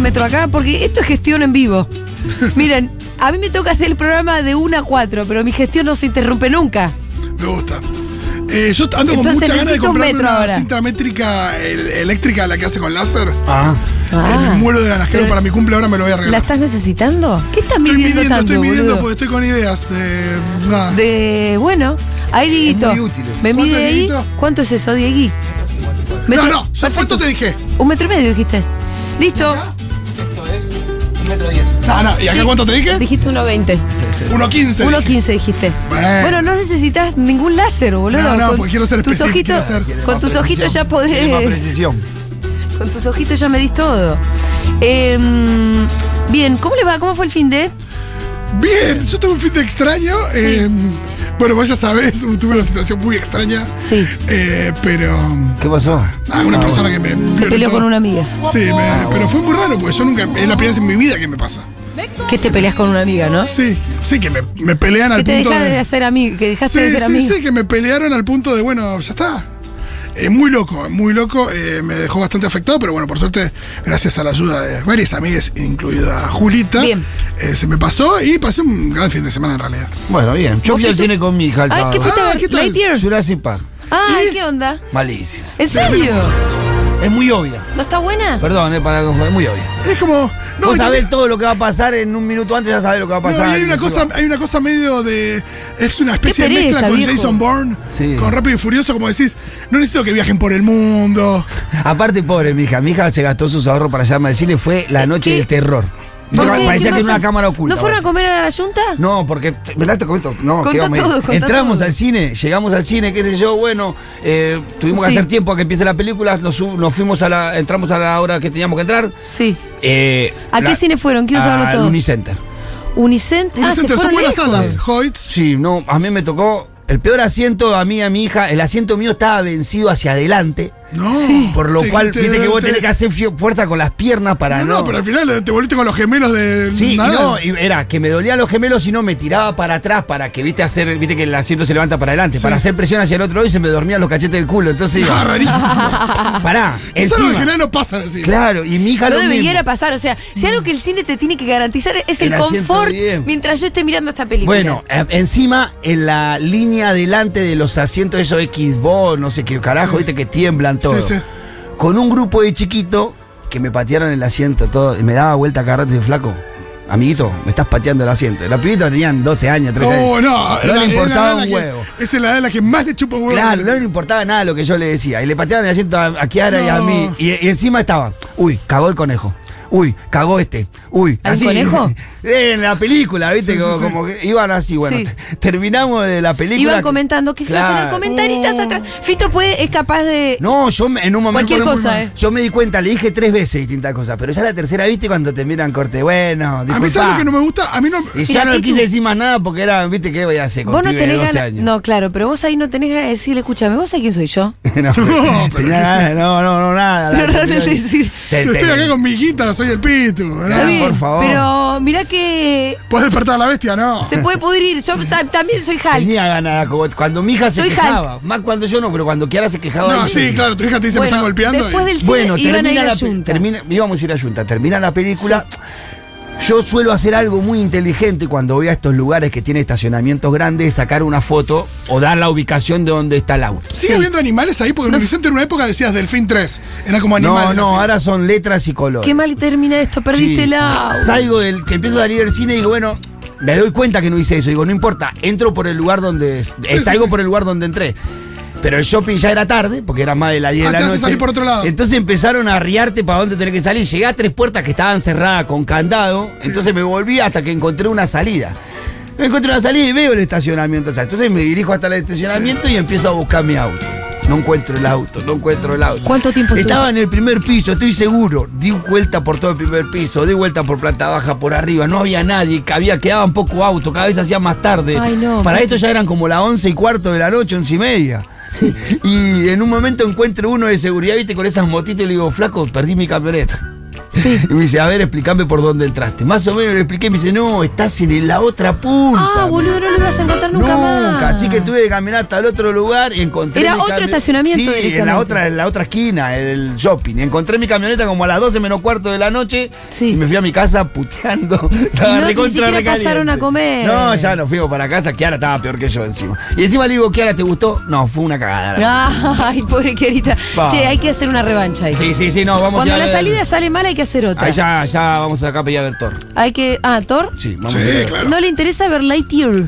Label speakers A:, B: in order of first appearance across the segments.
A: metro acá, porque esto es gestión en vivo. Miren, a mí me toca hacer el programa de 1 a 4, pero mi gestión no se interrumpe nunca.
B: Me gusta. Eh, yo ando con
A: Entonces
B: muchas ganas de
A: necesito un
B: comprarme
A: metro
B: una
A: ahora.
B: cinta métrica el- eléctrica, la que hace con láser.
C: Ah.
A: Ah,
B: Eh, me muero de ganas, creo que
A: pero-
B: para mi cumple ahora me lo voy a
A: ¿La
B: regalar.
A: estás necesitando? ¿Qué estás
B: Estoy
A: midiendo,
B: midiendo,
A: tanto,
B: estoy midiendo pues.
A: boludo?
B: porque estoy con ideas de nada.
A: De, bueno, ahí Dieguito.
C: muy útil eso.
A: ¿Me
B: ¿Cuánto,
A: mide ahí?
B: Dieguito?
A: ¿Cuánto es eso, Diegui?
B: no,
A: Metro-
B: no, yo
A: perfecto.
B: cuánto te dije.
A: Un metro y medio dijiste. Listo.
C: Esto es un metro diez.
B: No, Ah, no, ¿y acá
A: Sí.
B: cuánto te dije?
A: Dijiste 1.20.
B: 1.15.
A: 1.15 dijiste.
B: Bueno.
A: Bueno, no necesitas ningún láser, boludo.
B: No, no,
A: Con
B: porque quiero ser
A: tus
B: específico,
A: ojitos,
B: quiero ser-
A: Con tus ojitos ya podés.
C: precisión.
A: Con tus ojitos ya me dis todo. Eh, bien, ¿cómo le va? ¿Cómo fue el fin de?
B: Bien, yo tuve un fin de extraño.
A: Sí.
B: eh, bueno, vos ya sabés, tuve una situación muy extraña.
A: Sí.
B: eh, pero.
C: ¿Qué pasó?
B: Ah, una
C: Ah,
B: persona que me.
A: Se peleó con una Ah, amiga.
B: Sí, me- pero fue muy raro, porque yo nunca. Es la primera vez en mi vida que me pasa.
A: Que te peleas con una amiga, ¿no?
B: Sí, sí, que me, me pelean
A: Que
B: al
A: te
B: punto
A: dejas
B: de.
A: de hacer amigo, que dejaste
B: sí,
A: de ser
B: sí,
A: amigo.
B: sí, que me pelearon al punto de, bueno, ya está. Eh, muy loco, muy loco, eh, me dejó bastante afectado, pero bueno, por suerte, gracias a la ayuda de varias amigas, incluida Julita,
A: Bien.
B: eh, se me pasó y pasé un gran fin de semana en realidad.
C: Bueno, bien. Yo fui al cine con mi hija el
A: Ay,
C: sábado.
A: ¿qué fuiste a
B: Ah,
A: ver?
B: ¿qué tal?
A: Lightyear.
C: Jurassic Park.
A: Ay,
B: ¿Y?
A: ¿qué onda?
C: Malísimo.
A: ¿En serio?
C: Es muy obvia.
A: ¿No está buena?
C: Perdón, eh, para es muy obvia.
B: Es como.
C: Vos
B: y
C: sabés
B: también-
C: todo lo que va a pasar en un minuto antes, ya sabés lo que va a
B: no,
C: pasar.
B: y hay una cosa, hay una cosa medio de. Es una especie
A: Qué
B: de
A: pereza,
B: mezcla con
A: viejo.
B: Jason Bourne,
C: Sí.
B: con Rápido y Furioso, como decís, no necesito que viajen por el mundo.
C: Aparte, pobre mi hija. Mi hija se gastó sus ahorros para llamarme al cine. Fue la noche
A: Eh, ¿Qué?
C: del terror.
A: ¿Por qué? ¿Qué
C: Parecía que era
A: pasa?
C: una cámara oculta.
A: ¿No fueron a
C: parecía.
A: comer a la yunta?
C: No, porque, te- ¿verdad? Te comento. No,
A: Contá
C: qué vamos a ir.
A: todo, contá
C: Entramos
A: todo.
C: al cine, llegamos al cine, qué sé yo, bueno, eh, tuvimos que
A: Sí.
C: hacer tiempo a que empiece la película, nos, sub- nos fuimos a la, entramos a la hora que teníamos que entrar.
A: Sí.
C: eh,
A: ¿A qué cine fueron? Quiero saberlo
C: al
A: todo.
C: Unicenter.
A: Unicent. Ah, se
B: Vicente, son
A: fueron
B: buenas
A: lejos.
B: salas, Hoyts.
C: Sí, no, a mí me tocó el peor asiento a mí, a mi hija, el asiento mío estaba vencido hacia adelante.
B: No,
C: Por lo
B: te-
C: cual,
B: te-
C: viste que vos
B: te-
C: tenés que hacer fio- fuerza con las piernas para
B: No,
C: no.
B: no, pero al final te volviste con los gemelos de
C: Sí, y
B: Nadal.
C: no, y era que me dolían los gemelos y no me tiraba para atrás para que, viste, hacer, viste que el asiento se levanta para adelante,
B: Sí.
C: para hacer presión hacia el otro lado y se me dormían los cachetes del culo.
B: Ah,
C: Entonces iba,
B: rarísimo.
C: pará,
B: Eso es algo que en
C: encima.
B: general no pasa así.
C: Claro, y mi hija
A: No
C: lo
A: debiera
C: mismo.
A: pasar, o sea, si algo que el cine te tiene que garantizar es el,
C: El asiento
A: confort
C: bien.
A: mientras yo esté mirando esta película.
C: Bueno, eh, encima en la línea delante de los asientos, eso Xbox, no sé qué carajo, viste que tiemblan todo.
B: Sí, sí.
C: Con un grupo de chiquito que me patearon el asiento todo, y me daba vuelta cada rato y decía, flaco. Amiguito, me estás pateando el asiento. Los pibitos tenían 12 años, 13
B: Oh,
C: años.
B: no,
C: no
B: la-
C: le
B: es la
C: importaba
B: edad en
C: un
B: la que-
C: huevo.
B: Esa es la edad en la que más le chupa un huevo.
C: Claro, no le importaba nada lo que yo le decía. Y le pateaban el asiento a, a Kiara y a
B: No.
C: mí. Y, y encima estaba, uy, cagó el conejo. Uy, cagó este. Uy,
A: ¿Al conejo?
C: En la película, ¿viste?
B: Sí, sí,
C: como,
B: sí.
C: como que iban así, bueno.
A: Sí.
C: te- Terminamos de la película.
A: Iban comentando que Fito
C: Claro. Uh.
A: tener comentaristas
B: Oh.
A: atrás. Fito puede, es capaz de.
C: No, yo me- en un momento.
A: Cualquier
C: me puse
A: cosa,
C: mal.
A: eh.
C: Yo me di cuenta, le dije tres veces distintas cosas. Pero ya la tercera, ¿viste? Cuando te miran corte, bueno,
B: A mí, ¿sabes
C: disculpa.
B: lo que no me gusta? A mí no.
C: Y ya
A: Mira,
C: no le
A: Pitu.
C: quise decir más nada porque era, ¿viste? ¿Qué voy a hacer con
A: vos no
C: pibe de
A: tenés
C: 12
A: ganas.
C: años?
A: No, claro, pero vos ahí no tenés ganas de decirle, escúchame, ¿vos sabés quién soy yo?
C: no, pero-
B: No, pero
C: tenía
B: ¿qué
C: ganas, no, no, no, nada.
A: Pero
C: la-
A: realmente
C: te-
A: decir-
C: te-
B: Si
C: te-
B: estoy acá con mi guita, soy el pitu. ¿no?
C: Ah,
A: Está bien,
C: por favor.
A: Pero mirá que
B: ¿Podés despertar a la bestia? No.
A: se puede pudrir. Yo ta- también soy Hulk.
C: Tenía ganas, como cuando mi hija se
A: Soy Hulk.
C: quejaba. Más cuando yo no, pero cuando Kiara se quejaba.
B: No,
C: ahí-
B: sí, claro, tu hija te dice me están
A: Bueno,
B: golpeando.
A: después
B: y-
A: del cine
C: Bueno,
A: iban a ir
C: termina
A: a
C: la, pe-
A: Yunta.
C: termina, íbamos a ir a Junta. Termina la película. Yo suelo hacer algo muy inteligente cuando voy a estos lugares que tienen estacionamientos grandes, es sacar una foto o dar la ubicación de donde está el auto.
B: ¿Sigue habiendo animales ahí? Porque en Horizonte en una época decías Delfín 3. Era como
C: No,
B: animal.
C: no, ahora son letras y colores.
A: Qué mal termina esto, perdiste
C: Sí.
A: la.
C: Salgo del. que empiezo a salir del cine y digo, bueno, me doy cuenta que no hice eso. Digo, no importa, entro por el lugar donde. eh,
B: sí,
C: salgo
B: sí.
C: por el lugar donde entré. Pero el shopping ya era tarde, porque era más de la 10
B: Ah, te
C: de la
B: hace
C: noche.
B: salir por otro lado.
C: Entonces empezaron a arriarte para dónde tenés que salir. Llegué a tres puertas que estaban cerradas con candado. Entonces me volví hasta que encontré una salida. Me encontré una salida y veo el estacionamiento. allá. Entonces me dirijo hasta el estacionamiento y empiezo a buscar mi auto. No encuentro el auto, no encuentro el auto.
A: ¿Cuánto tiempo estuvo?
C: Estaba en el primer piso, estoy seguro. Di vuelta por todo el primer piso, di vuelta por planta baja, por arriba. No había nadie, que había quedado un poco auto, cada vez hacía más tarde.
A: Ay, no,
C: Para
A: Mati.
C: esto ya eran como las once y cuarto de la noche, once y media. Y en un momento encuentro uno de seguridad, viste, con esas motitos y le digo, flaco, perdí mi camioneta.
A: Sí.
C: Y me dice, a ver, explícame por dónde entraste. Más o menos le expliqué y me dice, no, estás en la otra punta.
A: Ah,
C: me
A: boludo, no lo ibas a encontrar nunca, más.
C: Nunca, así que tuve que caminar hasta el otro lugar y encontré.
A: Era
C: mi
A: otro
C: cami-
A: estacionamiento
C: Sí, en
A: directamente.
C: la, otra, en la otra esquina, el shopping. Y encontré mi camioneta como a las 12 menos cuarto de la noche.
A: Sí.
C: Y me fui a mi casa puteando.
A: no-
C: Estaba
A: ni
C: recontra
A: siquiera
C: recaliente.
A: pasaron a comer.
C: No, ya nos fuimos para casa. Kiara estaba peor que yo encima. Y encima le digo, Kiara, ¿te gustó? No, fue una cagada.
A: Ah. Ay, pobre querida.
C: Pa.
A: Che, hay que hacer una revancha ahí.
C: Sí, sí, sí, no, vamos
A: Cuando
C: a ir a
A: la
C: ver-
A: salida sale mal hay que hacer otra.
C: Ahí ya, ya vamos acá a pedir a ver Thor.
A: Hay que. Ah, Thor.
C: Sí, vamos
B: Sí,
C: a ver.
B: claro.
A: No le interesa ver Lightyear.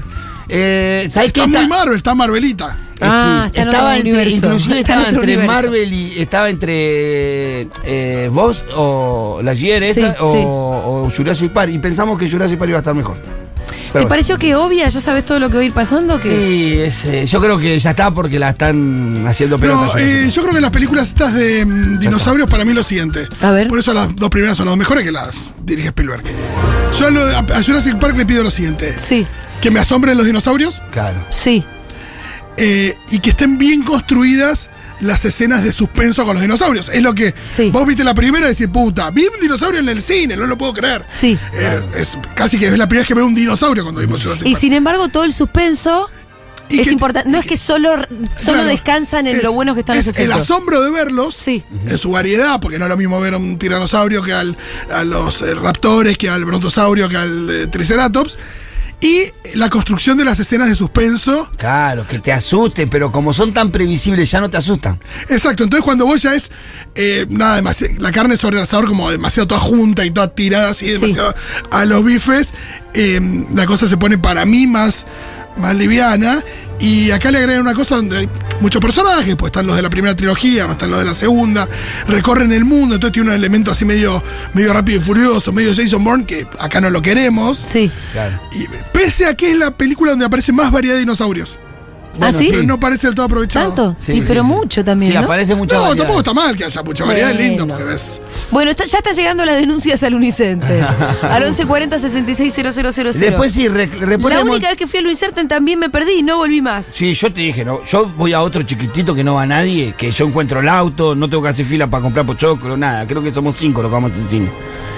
C: Eh, ¿Sabes qué?
B: Está muy
C: Esta-
B: Marvel, está Marvelita.
A: Ah, está en otro
C: Este, estaba entre,
A: universo.
C: Inclusive
A: Está en
C: estaba
A: otro
C: entre
A: universo.
C: Marvel y estaba entre eh, vos o la Gier
A: Sí,
C: esa o,
A: sí.
C: o Jurassic Park. Y pensamos que Jurassic Park iba a estar mejor.
A: ¿Te
C: Pero bueno.
A: pareció que obvia? ¿Ya sabes todo lo que va a ir pasando? Que...
C: Sí, es, eh, yo creo que ya está porque la están haciendo
B: No,
C: pelotas.
B: eh, yo creo que las películas estas de mm, dinosaurios para mí lo siguiente.
A: A ver.
B: Por eso las dos primeras son las mejores que las dirige Spielberg. Yo a, lo de- a Jurassic Park le pido lo siguiente.
A: Sí,
B: Que me asombren los dinosaurios
C: Claro.
A: sí.
B: eh, y que estén bien construidas las escenas de suspenso con los dinosaurios. Es lo que
A: Sí.
B: vos viste la primera y decís, puta, vi un dinosaurio en el cine, no lo puedo creer.
A: Sí.
B: Eh, es casi que es la primera vez que veo un dinosaurio cuando vimos Jurassic
A: Y
B: Park.
A: sin embargo, todo el suspenso
B: Y
A: es
B: que-
A: importante. No es que solo, solo
B: Claro,
A: descansan en
B: es-
A: lo buenos que están
B: es
A: los
B: El
A: efectos.
B: asombro de verlos
A: Sí.
B: en su variedad, porque no es lo mismo ver a un tiranosaurio que al, a los eh, raptores, que al brontosaurio, que al eh, triceratops. Y la construcción de las escenas de suspenso.
C: Claro, que te asusten, pero como son tan previsibles ya no te asustan.
B: Exacto, entonces cuando vos ya es eh, nada, demasi- la carne sobre el asador como demasiado toda junta y toda tirada así,
A: Sí.
B: demasiado a los bifes, eh, la cosa se pone para mí más, más liviana. Y acá le agregan una cosa donde hay muchos personajes, pues están los de la primera trilogía, más están los de la segunda, recorren el mundo, entonces tiene un elemento así medio, medio rápido y furioso, medio Jason Bourne, que acá no lo queremos.
A: Sí.
C: Claro.
B: Y pese a que es la película donde aparece más variedad de dinosaurios.
A: ¿Ah, sí?
B: Pero no parece del todo aprovechado.
A: ¿Tanto?
C: Sí,
A: y,
C: sí,
A: pero
C: sí.
A: mucho también.
C: Sí,
A: ¿no?
C: aparece mucha
B: No,
C: variedad.
B: tampoco está mal que haya mucha variedad, es lindo
A: Bueno.
B: porque ves.
A: Bueno, está- ya está llegando la denuncias al Unicenter. al 1140 660000.
C: Después sí, re-
A: la
C: reponemos-
A: única vez que fui al Unicenter también me perdí y no volví más.
C: Sí, yo te dije, no, yo voy a otro chiquitito que no va a nadie, que yo encuentro el auto, no tengo que hacer fila para comprar pochoclo, nada. Creo que somos cinco los que vamos al cine.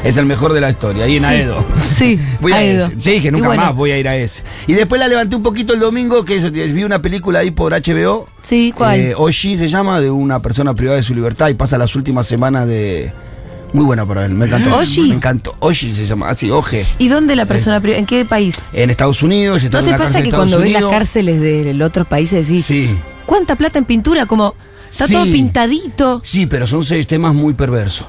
C: Es el mejor de la historia, ahí en
A: Sí.
C: Aedo.
A: Sí,
C: Voy a
A: Aedo.
C: ese. Sí,
A: Y
C: que nunca
A: bueno.
C: más voy a ir a ese. Y después la levanté un poquito el domingo, que eso, vi una película ahí por HBO.
A: Sí, ¿cuál?
C: Eh, Oshi se llama, de una persona privada de su libertad y pasa las últimas semanas de... Muy buena para él, me encantó.
A: ¿Oshi?
C: Me encantó. Oshi se llama, ah, así, Oje.
A: ¿Y dónde la persona? pri- ¿En qué país?
C: En Estados Unidos.
A: ¿No
C: está en
A: te
C: una
A: pasa
C: cárcel de
A: que
C: Estados
A: cuando ves las
C: Unidos.
A: cárceles de los otros países decís,
C: Sí.
A: ¿cuánta plata en pintura? Como está
C: Sí.
A: todo pintadito.
C: Sí, pero son sistemas muy perversos.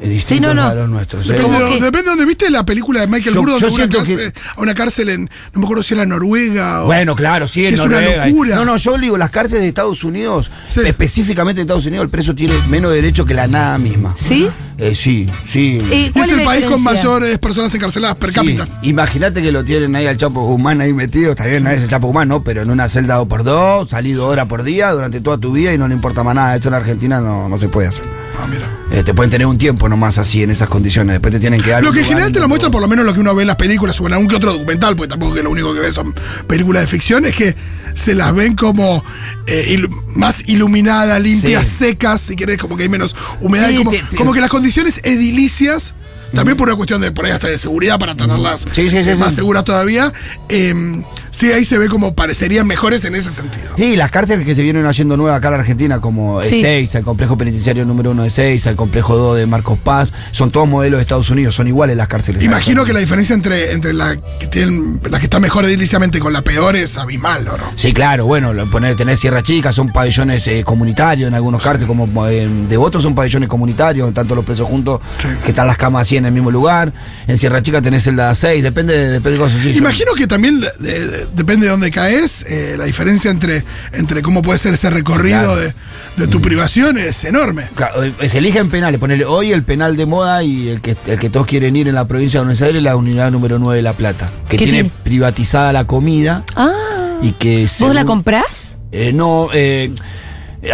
C: eh, Distintos
A: no, no.
C: a los nuestros. ¿eh?
B: Depende,
A: ¿Cómo
B: de-
A: que?
B: depende de donde viste la película de Michael
C: Yo-
B: Moore,
C: yo
B: donde una
C: siento
B: clase-
C: que-
B: eh, a una cárcel en. No me acuerdo si era Noruega o.
C: Bueno, claro, sí, en
B: Es una
C: Noruega.
B: locura.
C: No, no, yo digo, las cárceles de Estados Unidos,
B: Sí.
C: específicamente de Estados Unidos, el preso tiene menos derecho que la nada misma.
A: ¿Sí?
C: Eh, sí, sí.
A: ¿Y
B: y
A: cuál
B: es el
A: la
B: país con
A: diferencia?
B: mayores personas encarceladas per
C: Sí,
B: cápita.
C: Imagínate que lo tienen ahí al Chapo Guzmán ahí metido, está bien, no es el Chapo Guzmán, no, pero en una celda dos por dos, salido hora por día durante toda tu vida y no le importa más nada. Esto en Argentina no, no se puede hacer.
B: Ah, mira.
C: Eh, te pueden tener un tiempo nomás así en esas condiciones, después te tienen que dar.
B: Lo
C: un
B: que en
C: lugar
B: general te lo
C: donde
B: muestran,
C: vos-
B: por lo menos lo que uno ve en las películas o en algún que otro documental, porque tampoco que lo único que ves son películas de ficción, es que se las ven como eh, ilu- más iluminadas, limpias,
C: Sí.
B: secas, si querés, como que hay menos humedad.
C: Sí,
B: y como,
C: te- te-
B: como que las condiciones edilicias, también por una cuestión de por ahí hasta de seguridad para tenerlas
C: Sí, sí, sí,
B: eh, más
C: sí.
B: seguras todavía, eh, sí, ahí se ve como parecerían mejores en ese sentido.
C: Sí, las cárceles que se vienen haciendo nuevas acá en la Argentina, como
A: Sí.
C: Ezeiza, el complejo penitenciario número uno de Ezeiza, el complejo 2 de Marcos Paz, son todos modelos de Estados Unidos, son iguales las cárceles.
B: Imagino que la
C: las
B: diferencia entre, entre la que tienen, la que está mejor ediliciamente con la peor es abismal, ¿o no?
C: Sí, claro, bueno, lo- poner, tener Sierra Chica, son pabellones eh, comunitarios en algunos cárceles, como eh, en Devoto son pabellones comunitarios, tanto los presos juntos,
B: Sí.
C: que están las camas así en el mismo lugar, en Sierra Chica tenés el de 6, depende, depende de cosas así. yo-
B: Imagino que también de- de- depende de dónde caes, eh, la diferencia entre, entre cómo puede ser ese recorrido
C: Claro.
B: de, de tu privación es enorme.
C: Ca- eh, Se eligen penales, ponele hoy el penal de moda y el que, el que todos quieren ir en la provincia de Buenos Aires es la unidad número 9 de La Plata, que
A: ¿Qué
C: tiene,
A: tiene?
C: privatizada la comida
A: Ah.
C: y que...
A: ¿Vos
C: según-
A: la comprás?
C: Eh, no, eh,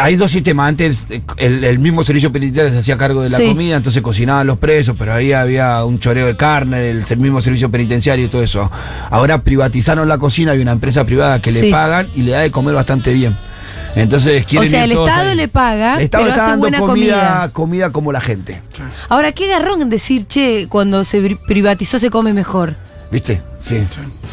C: hay dos sistemas. Antes eh, el, el mismo servicio penitenciario se hacía cargo de la
A: Sí.
C: comida, entonces cocinaban los presos, pero ahí había un choreo de carne del, del mismo servicio penitenciario y todo eso. Ahora privatizaron la cocina, hay una empresa privada que
A: Sí.
C: le pagan y le da de comer bastante bien. Entonces quieren
A: O sea,
C: ir
A: el
C: todos
A: Estado
C: ahí.
A: le paga,
C: El Estado
A: pero
C: está
A: hace
C: dando
A: buena
C: comida,
A: comida.
C: comida como la gente.
A: Ahora, qué garrón decir, che, cuando se pri- privatizó se come mejor.
C: ¿Viste? Sí.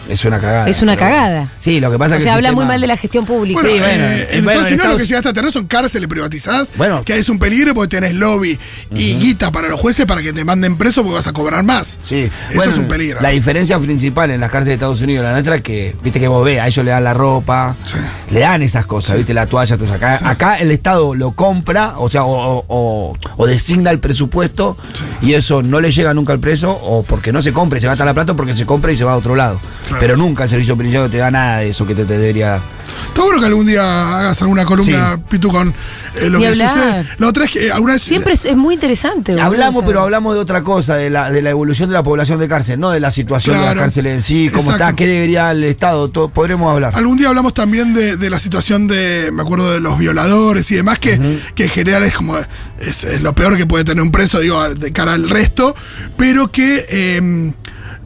C: Es una cagada.
A: Es una
C: pero-
A: cagada.
C: Sí, lo que pasa
A: o
C: es que.
A: sea,
C: el
A: habla muy
C: sistema-
A: mal de la gestión pública.
B: Bueno,
C: Sí, bueno,
B: eh,
C: eh,
B: en
C: bueno, en
B: Estados Unidos lo que
C: Estados-
B: llegaste a tener son cárceles privatizadas,
C: Bueno.
B: que es un peligro porque tenés lobby y guita para los jueces para que te manden preso porque vas a cobrar más.
C: Sí,
B: Eso
C: Bueno,
B: es un peligro.
C: La diferencia principal en las cárceles de Estados Unidos y la nuestra es que, viste que vos ves, a ellos le dan la ropa,
B: Sí.
C: le dan esas cosas, viste, la toalla, todo eso. Acá, acá el Estado lo compra, o sea, o, o- o- o designa el presupuesto
B: Sí.
C: y eso no le llega nunca al preso o porque no se compra y se gasta la plata o porque se compra y se va a otro lado.
B: Claro.
C: Pero nunca el servicio penitenciario te da nada de eso que te, te debería dar.
B: Está bueno que algún día hagas alguna columna,
C: Sí.
B: Pitu, con eh, lo
A: Ni
B: que
A: hablar.
B: sucede. La otra es que eh, alguna vez-
A: Siempre es, es muy interesante. boludo,
C: Hablamos,
A: o sea.
C: pero hablamos de otra cosa, de la, de la evolución de la población de cárcel, no de la situación de
B: Claro.
C: la cárcel en sí, cómo
B: Exacto.
C: está, qué debería el Estado, todo, podremos hablar.
B: Algún día hablamos también de, de la situación de, me acuerdo, de los violadores y demás, que, que en general es como, es, es lo peor que puede tener un preso, digo, de cara al resto, pero que, eh,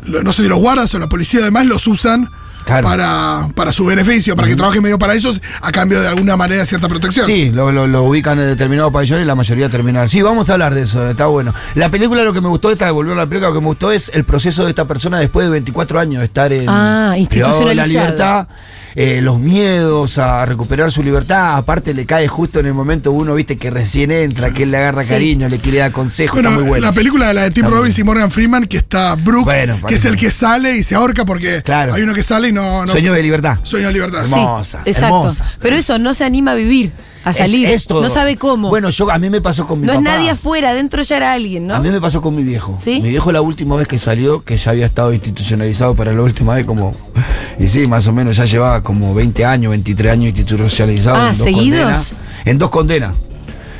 B: lo- no sé si los guardas o la policía además los usan
C: Claro.
B: para, para su beneficio, para que trabajen medio para ellos, a cambio de alguna manera cierta protección.
C: Sí, lo, lo- lo ubican en determinados pabellones y la mayoría terminan. Sí, vamos a hablar de eso, está bueno. La película, lo que me gustó, esta de volver a la película, lo que me gustó es el proceso de esta persona después de 24 años de estar
A: Ah,
C: en privado de la
A: institucionalizado.
C: libertad, eh, los miedos a recuperar su libertad. Aparte, le cae justo en el momento uno, viste, que recién entra, que él le agarra
A: Sí.
C: cariño, le quiere dar consejos,
B: Bueno,
C: está muy bueno.
B: la película de la de Tim
C: Está muy
B: Robbins y Morgan Freeman, que está Brooke,
C: Bueno,
B: que es
C: parece.
B: el que sale y se ahorca porque
C: Claro.
B: hay uno que sale y no... no
C: Sueño de libertad.
B: Sueño de libertad.
A: Sí,
B: sí.
C: hermosa,
A: exacto.
C: hermosa.
A: Pero eso no se anima a vivir, a
C: Es-
A: salir.
C: es todo.
A: No sabe cómo.
C: Bueno, yo a mí me pasó con mi
A: no es
C: papá.
A: nadie afuera, adentro ya era alguien, ¿no?
C: A mí me pasó con mi viejo.
A: ¿Sí?
C: Mi viejo la última vez que salió, que ya había estado institucionalizado para la última vez, como... Y sí, más o menos ya llevaba como 20 años, 23 años institucionalizado.
A: Ah,
C: en dos
A: ¿seguidos?
C: condenas. en dos condenas.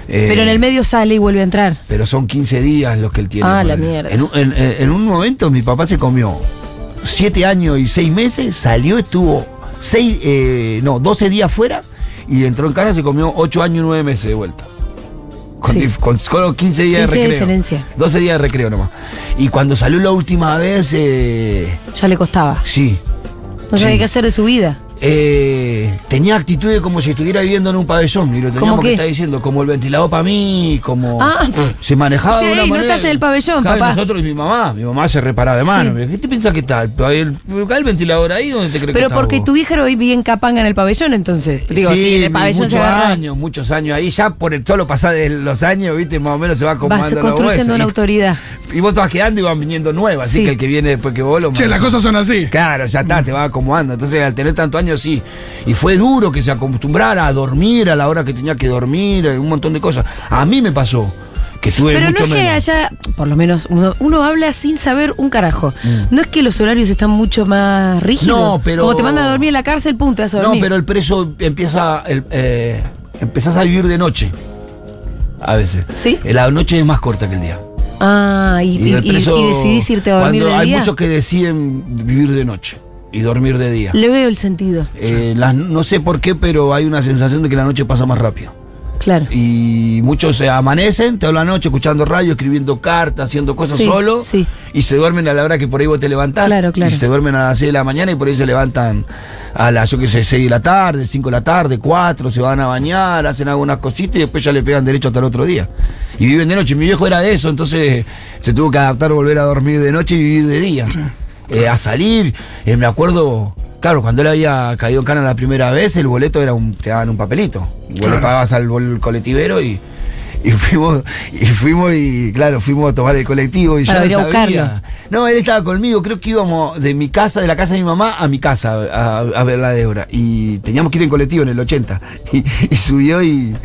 C: Eh,
A: Pero en el medio sale y vuelve a entrar.
C: pero son 15 días los que él tiene.
A: Ah, la
C: Ponele.
A: mierda.
C: En, un- en- en- en un momento mi papá se comió 7 años y 6 meses, salió, estuvo seis, eh, no, 12 días fuera y entró en cara, se comió 8 años y 9 meses de vuelta. Con,
A: Sí.
C: dif- con solo 15 días
A: 15
C: de
A: de
C: recreo.
A: diferencia.
C: 12 días de recreo nomás. Y cuando salió la última vez, eh,
A: Ya le costaba.
C: sí,
A: No
C: Sí.
A: sabe qué hacer de su vida.
C: eh, tenía actitudes como si estuviera viviendo en un pabellón, y lo teníamos
A: ¿Cómo
C: que
A: qué?
C: está diciendo, como el ventilador para mí, como
A: Ah.
C: se manejaba
A: Sí,
C: de una
A: ahí no
C: manera
A: estás en el
C: que-
A: pabellón,
C: Claro, y
A: papá.
C: Nosotros y mi mamá, mi mamá se reparaba de mano.
A: Sí.
C: ¿Qué te piensas que está? ¿El, el, el ventilador ahí? ¿Dónde te crees que
A: Pero
C: está
A: porque
C: vos?
A: tu vieja lo vi bien capanga en el pabellón, entonces. Digo, sí, en el
C: mi-
A: pabellón
C: muchos
A: se agarra.
C: años, muchos años ahí, ya por el solo pasar de los años, viste, más o menos se va
A: Vas
C: acomodando la
A: construyendo
C: huesa,
A: una
C: y-
A: autoridad.
C: Y vos te vas quedando y van viniendo nuevas, así
A: Sí.
C: que el que viene después que vos lo
B: Che, las cosas son así.
C: Claro, ya está, te vas acomodando. Entonces, al tener tantos años, sí. Y fue duro que se acostumbrara a dormir a la hora que tenía que dormir, eh, un montón de cosas. A mí me pasó que tuve
A: Pero no
C: mucho
A: es que
C: menos.
A: haya, por lo menos, uno, uno habla sin saber un carajo. No es que los horarios están mucho más rígidos.
C: Mm. No, pero-
A: Como te mandan a dormir en la cárcel, punta, vas a
C: No,
A: dormir.
C: pero el preso empieza. el, eh, empezás a vivir de noche. A veces.
A: ¿Sí?
C: Eh, La noche es más corta que el día.
A: Ah, y, y-
C: el
A: y- y decidís irte a dormir
C: cuando
A: de
C: Hay
A: día.
C: muchos que deciden vivir de noche y dormir de día.
A: Le veo el sentido,
C: Eh, las- no sé por qué, pero hay una sensación de que la noche pasa más rápido.
A: claro.
C: Y muchos se amanecen toda la noche escuchando radio, escribiendo cartas, haciendo cosas
A: Sí,
C: solo.
A: sí.
C: Y se duermen a la hora que por ahí vos te levantás.
A: Claro, claro.
C: Y se duermen a las 6 de la mañana y por ahí se levantan a las, yo qué sé, 6 de la tarde, 5 de la tarde, 4, se van a bañar, hacen algunas cositas y después ya le pegan derecho hasta el otro día. Y viven de noche. Mi viejo era de eso, entonces se tuvo que adaptar, volver a dormir de noche y vivir de día. Eh, a salir, eh, me acuerdo. Claro, cuando él había caído en cana la primera vez, el boleto era un, te daban un papelito. Vos le
B: Claro.
C: pagabas al bol- colectivero y, y fuimos, y fuimos, y claro, fuimos a tomar el colectivo y
A: Para
C: yo
A: ir a
C: no sabía.
A: buscarlo.
C: No, él estaba conmigo, creo que íbamos de mi casa, de la casa de mi mamá a mi casa a, a ver la Débora. Y teníamos que ir en colectivo en el 80. Y, y subió y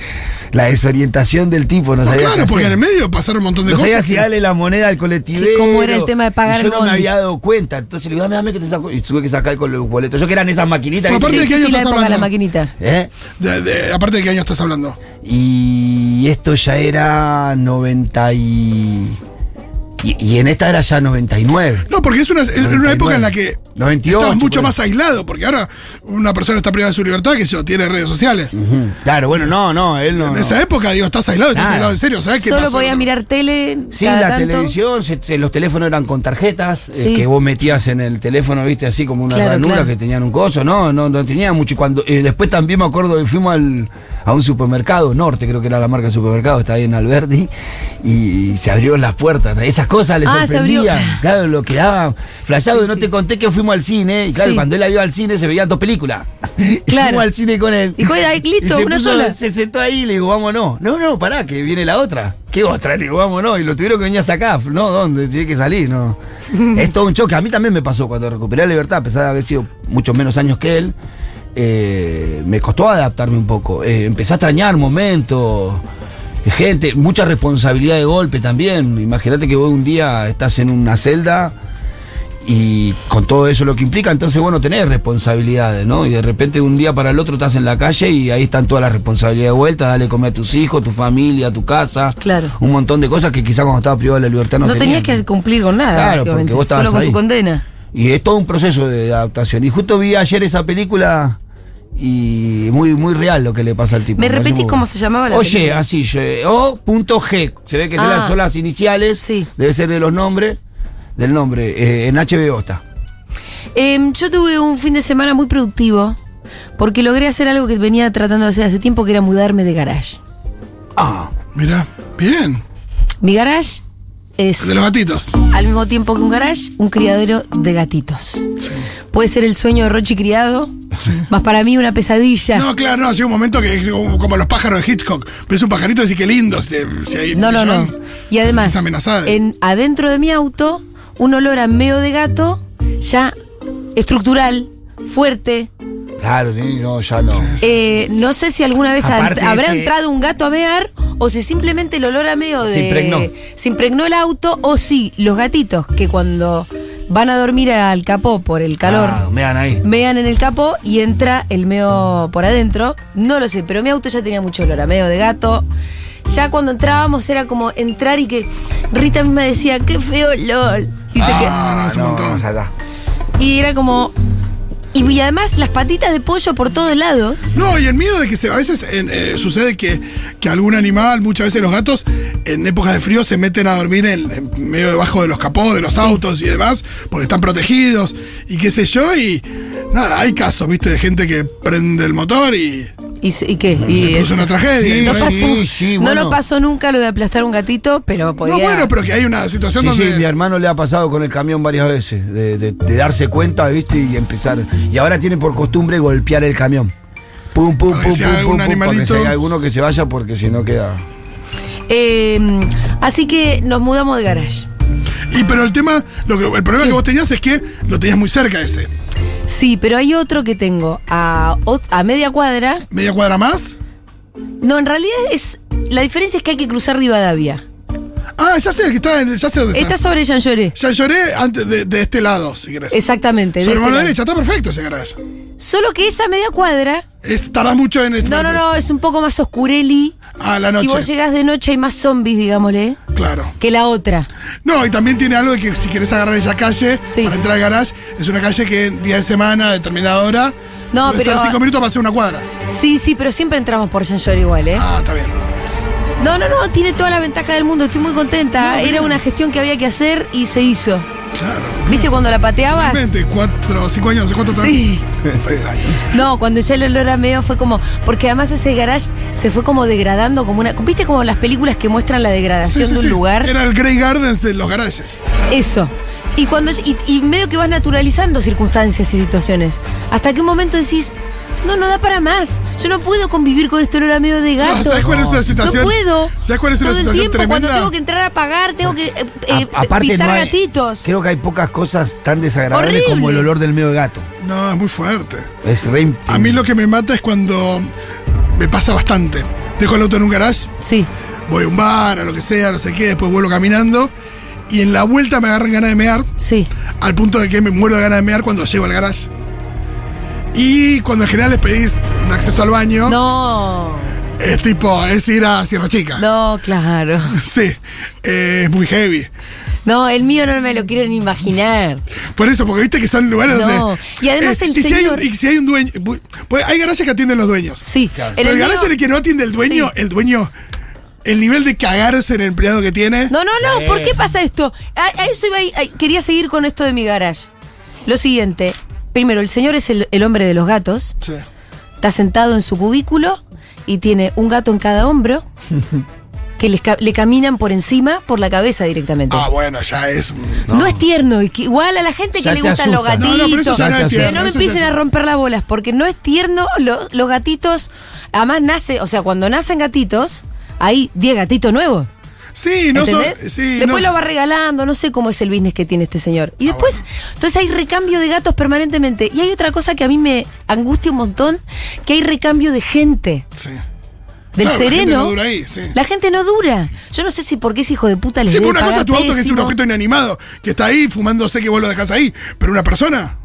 C: la desorientación del tipo, no
B: Pues
C: sabía.
B: claro,
C: qué
B: porque en
C: hacer.
B: el medio pasaron un montón de
C: No
B: cosas.
C: sabía si
B: que-
C: darle la moneda al colectivero.
A: ¿Cómo era el tema de pagar
C: Y Yo no
A: el
C: me
A: bondi?
C: había dado cuenta. Entonces le digo, dame, dame que te saco. Y tuve que sacar con los boletos. Yo que eran esas maquinitas.
B: Pues
C: que
B: aparte
A: sí,
B: de
A: sí,
B: qué año
A: sí, la
B: estás
A: época de la
B: hablando?
A: maquinita.
C: ¿Eh?
B: de- de- aparte de qué año estás hablando.
C: Y esto ya era 90 y... Y, y en esta era ya 99.
B: No, porque es una, es una
C: 99.
B: época en la que
C: 98,
B: estás mucho
C: por
B: más aislado, porque ahora una persona está privada de su libertad que se tiene redes sociales.
C: Ujú. Claro, bueno, no, no, él no.
B: En
C: no.
B: esa época, digo, estás aislado, estás
C: Claro.
B: aislado en serio, ¿sabes qué
A: Solo
B: pasó?
A: podía mirar tele.
C: Sí,
A: cada
C: la
A: tanto.
C: televisión, se- se- los teléfonos eran con tarjetas eh,
A: Sí.
C: que vos metías en el teléfono, viste, así como una
A: Claro,
C: ranura
A: claro.
C: que tenían un coso, no, no, no tenía mucho. Y Cuando, eh, después también me acuerdo que fuimos al, a un supermercado, Norte creo que era la marca del supermercado, estaba ahí en Alberdi, y, se abrieron las puertas. Esas cosas le
A: Ah, se
C: sorprendían.
A: abrió.
C: Claro, lo quedaba flashado.
A: Sí,
C: no
A: sí.
C: te conté que fuimos al cine, y claro,
A: Sí.
C: cuando él la vio al cine se veían dos películas. Y
A: Claro.
C: Fuimos al cine con él.
A: Y dijo, "Ay, listo,
C: se
A: una sola".
C: Se sentó ahí y le digo, vámonos. No, no, pará, que viene la otra. ¿Qué otra? Le digo, vámonos. Y lo tuvieron que venir a sacar. No, ¿dónde? Tiene que salir, no. es todo un choque. A mí también me pasó cuando recuperé la libertad, a pesar de haber sido muchos menos años que él. eh, me costó adaptarme un poco. Eh, empecé a extrañar momentos. Gente, mucha responsabilidad de golpe también. Imagínate que vos un día estás en una celda y con todo eso lo que implica, entonces bueno, tenés responsabilidades, ¿no? Y de repente un día para el otro estás en la calle y ahí están todas las responsabilidades de vuelta, dale comer a tus hijos, tu familia, tu casa,
A: Claro.
C: un montón de cosas que quizás cuando estabas privado de la libertad no,
A: No tenías que cumplir con nada,
C: Claro,
A: básicamente,
C: porque vos estabas
A: solo con
C: ahí.
A: tu condena.
C: Y es todo un proceso de adaptación. Y justo vi ayer esa película y muy muy real lo que le pasa al tipo.
A: ¿Me
C: parece
A: repetís
C: muy
A: cómo
C: bueno.
A: se llamaba la
C: Oye,
A: película?
C: así, yo- O punto G. Se ve que son
A: Ah.
C: las- son las iniciales.
A: Sí.
C: Debe ser de los nombres. Del nombre. eh, en HBO está.
A: Em, yo tuve un fin de semana muy productivo porque logré hacer algo que venía tratando de hacer hace tiempo, que era mudarme de garage.
C: Ah.
B: Mirá, bien.
A: Mi garage es
B: De los gatitos.
A: al mismo tiempo que un garage, un criadero de gatitos. Puede ser el sueño de Rochi criado, más para mí una pesadilla.
B: No, claro, no, ha sido un momento que es como, como los pájaros de Hitchcock. Ves un pajarito y decís que lindo. Si, te- si hay
A: No, no, no.
B: millón,
A: Y
B: te
A: además,
B: sentís amenazada.
A: en, adentro de mi auto, un olor a meo de gato ya estructural, fuerte.
C: Claro, sí, no, ya no.
A: Eh, no sé si alguna vez ha-
C: Aparte
A: habrá
C: ese-
A: entrado un gato a mear o si simplemente el olor a meo de...
C: Se impregnó.
A: se impregnó el auto o si los gatitos que cuando van a dormir al capó por el calor...
C: Ah, vean ahí.
A: mean en el capó y entra el meo por adentro. No lo sé, pero mi auto ya tenía mucho olor a meo de gato. Ya cuando entrábamos era como entrar y que Rita misma decía, qué feo LOL. Dice
B: Ah, no, es un montón.
C: ya está.
A: que. Y era como. Y, y además las patitas de pollo por todos lados.
B: No, y el miedo de que se, a veces en, eh, sucede que, que algún animal, muchas veces los gatos, en épocas de frío se meten a dormir en, en medio debajo de los capós, de los autos y demás, porque están protegidos y qué sé yo. Y nada, hay casos, viste, de gente que prende el motor y
A: ¿Y, se- y qué? Y
B: se produce
A: eh,
B: una tragedia.
C: Sí,
B: y
A: no,
B: hay-
A: pasó,
C: Sí, sí,
A: no
C: bueno.
A: nos pasó nunca lo de aplastar un gatito, pero podía.
B: No, bueno, pero que hay una situación
C: Sí,
B: donde.
C: sí, mi hermano le ha pasado con el camión varias veces, de, de- de darse cuenta, ¿viste? Y empezar. Y ahora tiene por costumbre golpear el camión. Pum, pum,
B: Para que
C: pum,
B: sea
C: pum,
B: algún
C: pum, pum, para que
B: animalito.
C: si hay alguno que se vaya porque si no queda.
A: Eh, así que nos mudamos de garage.
B: Y pero el tema, lo que, el problema que vos tenías es que lo tenías muy cerca ese.
A: Sí, pero hay otro que tengo a, ot- a media cuadra
B: Media cuadra más.
A: No, en realidad es. La diferencia es que hay que cruzar Rivadavia.
B: Ah, ya sé, el que está en. Ya sé dónde está.
A: Está sobre Jean Lloré.
B: Ya lloré antes de, de este lado, si querés.
A: Exactamente. de
B: Sobre
A: este
B: mano
A: lado.
B: derecha, está perfecto ese garage.
A: Solo que esa media cuadra.
B: Es, tardás mucho en este
A: No, no, no, es un poco más oscureli.
B: Ah, la
A: Si
B: noche.
A: vos llegás de noche hay más zombies, digámosle,
B: Claro.
A: que la otra.
B: No, y también tiene algo de que si querés agarrar esa calle
A: Sí.
B: para entrar al garage, es una calle que en día de semana, a determinada hora,
A: No,
B: puede
A: pero- ¿Eh?
B: estar cinco minutos para hacer una cuadra.
A: Sí, sí, pero siempre entramos por Jean Lloré igual, ¿eh?
B: Ah, está bien.
A: No, no, no, tiene toda la ventaja del mundo, estoy muy contenta. Era una gestión que había que hacer y se hizo.
B: Claro.
A: ¿Viste cuando la pateabas?
B: 24, cuatro, cinco años, no sé cuánto tarda.
A: Sí.
B: Seis años.
A: No, cuando ya el olor a medio fue como. Porque además ese garage se fue como degradando, como una. ¿Viste como las películas que muestran la
B: Sí,
A: degradación
B: sí,
A: de un
B: sí.
A: lugar?
B: Era el Grey Gardens de los garages.
A: Eso. Y cuando y, y medio que vas naturalizando circunstancias y situaciones. Hasta que un momento decís, no, no da para más. Yo no puedo convivir con este olor a medio de gato.
B: No, ¿Sabes cuál es una situación?
A: No puedo.
B: ¿Sabes cuál es una
A: Todo el
B: situación
A: tiempo,
B: tremenda?
A: cuando tengo que entrar a pagar, tengo que eh,
C: A-
A: eh, pisar
C: no hay-
A: gatitos.
C: Creo que hay pocas cosas tan desagradables
A: Horrible.
C: como el olor del medio de gato.
B: No, es muy fuerte.
C: Es re
B: A mí lo que me mata es cuando me pasa bastante. Dejo el auto en un garage,
A: Sí.
B: voy a un bar, a lo que sea, no sé qué, después vuelvo caminando y en la vuelta me agarran ganas de mear,
A: Sí.
B: al punto de que me muero de ganas de mear cuando llego al garage. Y cuando en general les pedís un acceso al baño,
A: No.
B: es tipo, es ir a Sierra Chica.
A: No, claro.
B: Sí, eh, es muy heavy.
A: No, el mío no me lo quiero ni imaginar.
B: Por eso, porque viste que son lugares
A: No,
B: donde.
A: y además el
B: y si hay un-
A: señor-
B: y si hay un dueño. bu- Pues hay garajes que atienden los dueños.
A: Sí. en
B: Pero el garaje
A: mío-
B: en el que no atiende el dueño,
A: Sí.
B: el dueño. El nivel de cagarse en el empleado que tiene.
A: No, no, no, ¿por qué pasa esto? A, a eso iba a- a- quería seguir con esto de mi garage. Lo siguiente, primero, el señor es el, el hombre de los gatos,
B: Sí.
A: está sentado en su cubículo y tiene un gato en cada hombro que les ca- le caminan por encima, por la cabeza directamente.
B: Ah, bueno, ya es. un-
A: No. es tierno, y que- igual a la gente
C: Ya
A: que le
C: te
A: gustan los
C: asusta.
A: gatitos.
B: No, no, pero eso ya no es
C: Gato
A: Que
B: tierno.
A: no me
B: eso ya
A: empiecen
B: es-
A: a romper las bolas, porque no es tierno. lo- los gatitos, además nace, o sea, cuando nacen gatitos, hay 10 gatitos nuevos.
B: Sí, no son.
A: ¿entendés?
B: Sí,
A: después
B: no. Ah,
A: los va regalando, no sé cómo es el business que tiene este señor. Y después, entonces hay recambio de gatos permanentemente. Y hay otra cosa que a mí me angustia un montón, que hay recambio de gente.
B: Sí.
A: Del
B: Claro, la gente
A: sereno.
B: no dura ahí, sí.
A: La gente no dura. Yo no sé si porque ese hijo de puta les
B: Sí,
A: debe
B: por una cosa
A: pagar
B: es tu auto que es un
A: pésimo.
B: objeto inanimado, que está ahí fumándose que vos lo dejás ahí, pero una persona.